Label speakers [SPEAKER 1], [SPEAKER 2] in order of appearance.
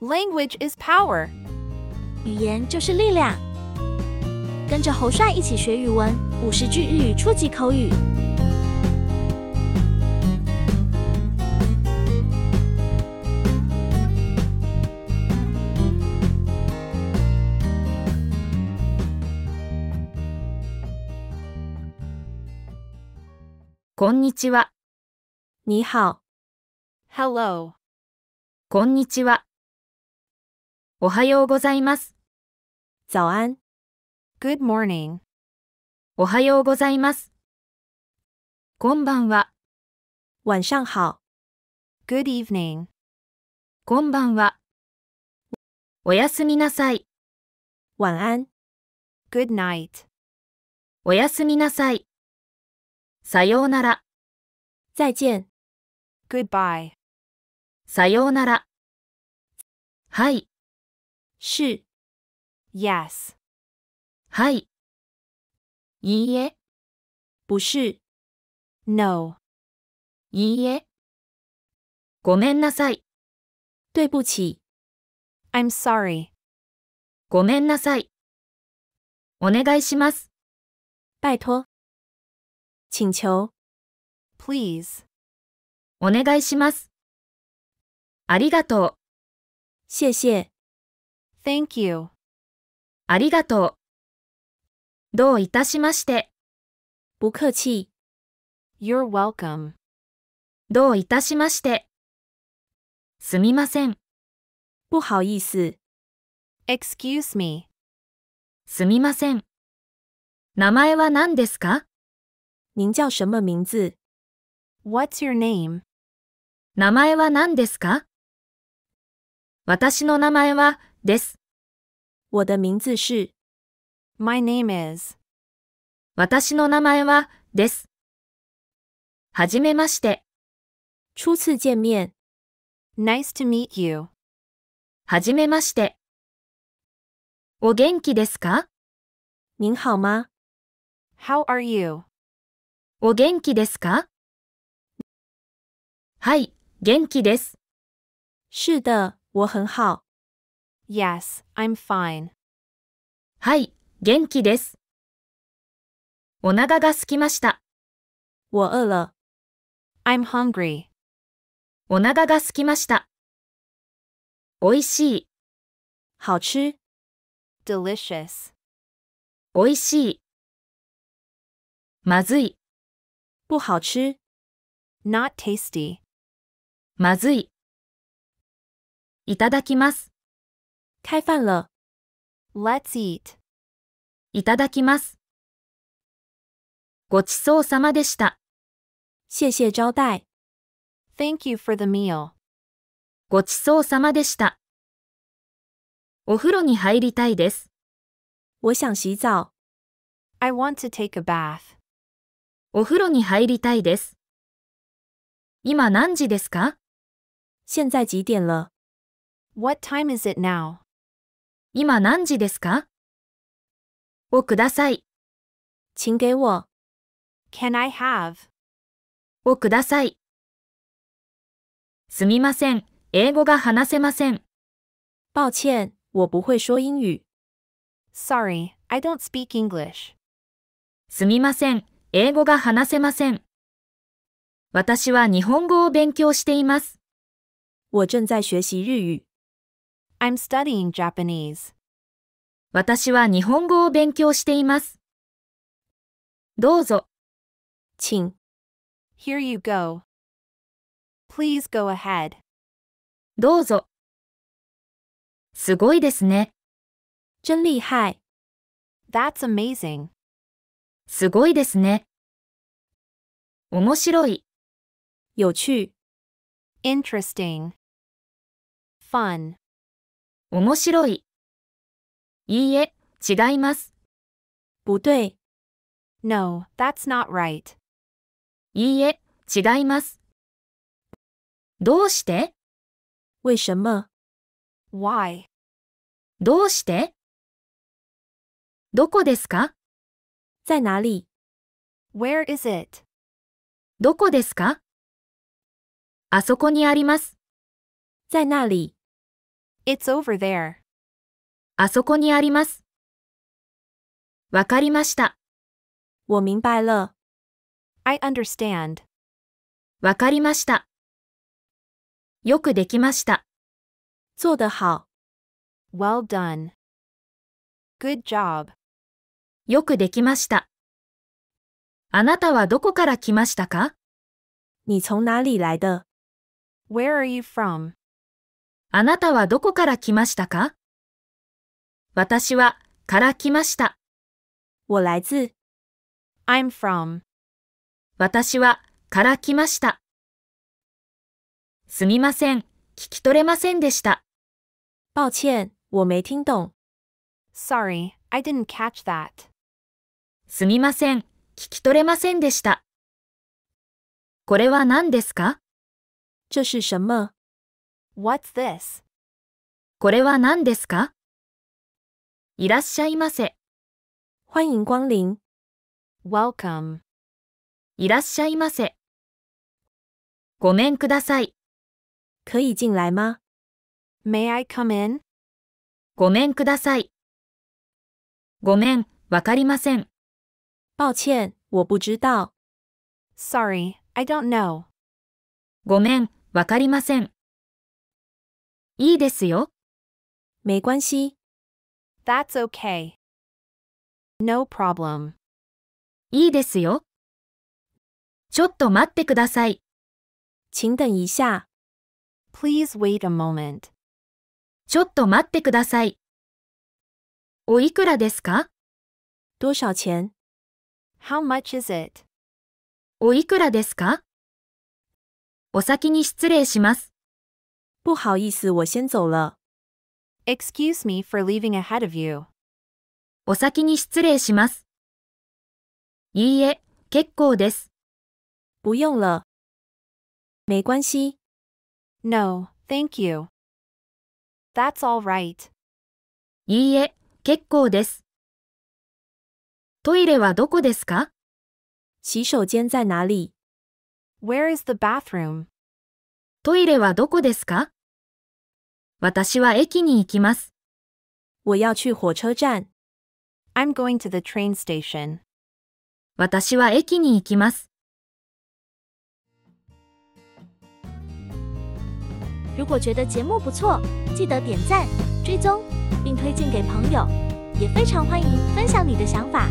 [SPEAKER 1] Language is power.
[SPEAKER 2] 语言就是力量。跟着侯帅一起学语文，五十句日语初级口语。
[SPEAKER 3] こんにちは、
[SPEAKER 1] Ni hao. Hello.
[SPEAKER 3] こんにちは。おはようございます。
[SPEAKER 1] 早安。Good morning.
[SPEAKER 3] おはようございます。こんばんは、
[SPEAKER 1] 晚上好。Good evening.
[SPEAKER 3] こんばんは。おやすみなさい、
[SPEAKER 1] 晚安。Good night.
[SPEAKER 3] おやすみなさい。さようなら、
[SPEAKER 1] 再见。Goodbye.
[SPEAKER 3] さようなら。はい、
[SPEAKER 1] 是。Yes.
[SPEAKER 3] はい。いいえ、
[SPEAKER 1] 不是。No.
[SPEAKER 3] いいえ。ごめんなさい、
[SPEAKER 1] 对不起。I'm sorry.
[SPEAKER 3] ごめんなさい。お願いします、
[SPEAKER 1] 拜托。请求。Please.
[SPEAKER 3] お願いします。ありがとう、
[SPEAKER 1] 谢谢。Thank you.
[SPEAKER 3] ありがとう。どういたしまして。
[SPEAKER 1] 不客气。You're welcome.
[SPEAKER 3] どういたしまして。すみません、
[SPEAKER 1] 不好意思。Excuse me.
[SPEAKER 3] すみません。名前は何ですか
[SPEAKER 1] 您叫什么名字？What's your name？
[SPEAKER 3] 名前は何ですか私の名前は、です。
[SPEAKER 1] 我的名字是。My name is。
[SPEAKER 3] 私の名前は、です。はじめまして、
[SPEAKER 1] 初次见面。Nice to meet you。
[SPEAKER 3] はじめまして。お元気ですか
[SPEAKER 1] 您好吗？How are you？
[SPEAKER 3] お元気ですかはい、元気です。
[SPEAKER 1] 是的，我很好。Yes, I'm fine。
[SPEAKER 3] はい、元気です。お腹が空きました。
[SPEAKER 1] 我饿了。I'm hungry。
[SPEAKER 3] お腹が空きました。おいしい、
[SPEAKER 1] 好吃。Delicious。
[SPEAKER 3] おいしい。まずい、
[SPEAKER 1] 不好吃。Not tasty。
[SPEAKER 3] まずい。いただきます、
[SPEAKER 1] 开饭了。Let's eat。
[SPEAKER 3] いただきます。ごちそうさまでした、
[SPEAKER 1] 谢谢招待。Thank you for the meal。
[SPEAKER 3] ごちそうさまでした。お風呂に入りたいです。
[SPEAKER 1] 我想洗澡。I want to take a bath。
[SPEAKER 3] お風呂に入りたいです。今何時ですか
[SPEAKER 1] 现在几点了？What time is it now？
[SPEAKER 3] 今何時ですかをください、
[SPEAKER 1] 请给我。Can I have？
[SPEAKER 3] をください。すみません、英語が話せません。
[SPEAKER 1] 抱歉，我不会说英语。Sorry, I don't speak English。
[SPEAKER 3] すみません、英語が話せません。私は日本語を勉強しています。
[SPEAKER 1] 我正在学习日语。I'm studying Japanese。
[SPEAKER 3] 私は日本語を勉強しています。どうぞ、
[SPEAKER 1] 请。Here you go。Please go ahead。
[SPEAKER 3] どうぞ。すごいですね。
[SPEAKER 1] 真厉害。That's amazing。
[SPEAKER 3] すごいですね。面白い、
[SPEAKER 1] 有趣。Interesting。Fun。
[SPEAKER 3] 面白い。いいえ、違います。
[SPEAKER 1] 不对。No, that's not right.
[SPEAKER 3] いいえ、違います。どうして
[SPEAKER 1] 为什么？Why？
[SPEAKER 3] どうしてどこですか
[SPEAKER 1] 在哪里？Where is it？
[SPEAKER 3] どこですかあそこにあります。
[SPEAKER 1] 在那里。 It's over there.
[SPEAKER 3] あそこにあります。わかりました。
[SPEAKER 1] 我明白了。I understand.
[SPEAKER 3] わかりました。よくできました。
[SPEAKER 1] 做得好。Well done. Good job.
[SPEAKER 3] よくできました。あなたはどこから来ましたか
[SPEAKER 1] 你从哪里来的? Where are you from?
[SPEAKER 3] あなたはどこから来ましたか私は、から来ました。
[SPEAKER 1] 我来自. I'm from.
[SPEAKER 3] 私は、から来ました。すみません、聞き取れませんでした。
[SPEAKER 1] 抱歉，我没听懂。Sorry, I didn't catch that.
[SPEAKER 3] すみません、聞き取れませんでした。これは何ですか
[SPEAKER 1] 这是什么? What's this?
[SPEAKER 3] これは何ですかいらっしゃいませ、
[SPEAKER 1] 欢迎光临. Welcome.
[SPEAKER 3] いらっしゃいませ。ごめんください、
[SPEAKER 1] 可以进来吗? May I come in?
[SPEAKER 3] ごめんください。ごめん、わかりません。
[SPEAKER 1] 抱歉，我不知道。Sorry, I don't know.
[SPEAKER 3] ごめん、わかりません。いいですよ。
[SPEAKER 1] 没关系。That's okay. No problem.
[SPEAKER 3] いいですよ。ちょっと待ってください。
[SPEAKER 1] 请等一下。Please wait a moment.
[SPEAKER 3] ちょっと待ってください。おいくらですか
[SPEAKER 1] 多少钱? How much is it?
[SPEAKER 3] おいくらですかお先に失礼します。
[SPEAKER 1] 不好意思，我先走了。Excuse me for leaving ahead of you.
[SPEAKER 3] お先に失礼します。いいえ、結構です。
[SPEAKER 1] 不用了。没关系。No, thank you. That's all right.
[SPEAKER 3] いいえ、結構です。トイレはどこですか
[SPEAKER 1] 洗手间在哪里？Where is the bathroom?
[SPEAKER 3] トイレはどこですか私は駅に行きます。
[SPEAKER 1] 我要去火车站。I'm going to the train station.
[SPEAKER 3] 私は駅に行きます。
[SPEAKER 2] 如果觉得节目不错，记得点赞、追踪，并推荐给朋友。也非常欢迎分享你的想法。